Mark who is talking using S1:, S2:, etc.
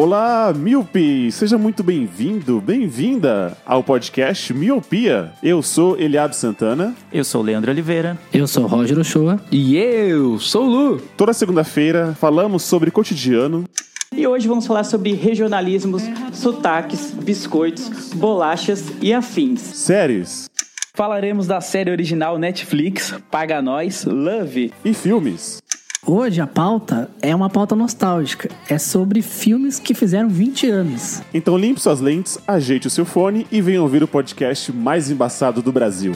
S1: Olá, Miopi! Seja muito bem-vindo, bem-vinda ao podcast Miopia. Eu sou Eliab Santana.
S2: Eu sou o Leandro Oliveira.
S3: Eu sou o Roger Ochoa.
S4: E eu sou o Lu.
S1: Toda segunda-feira falamos sobre cotidiano,
S2: E hoje vamos falar sobre regionalismos, sotaques, biscoitos, bolachas e afins.
S1: séries
S4: Falaremos da série original Netflix, Paga Nós, Love.
S1: e filmes.
S3: Hoje a pauta é uma pauta nostálgica. É sobre filmes que fizeram 20 anos.
S1: Então limpe suas lentes, ajeite o seu fone e venha ouvir o podcast mais embaçado do Brasil.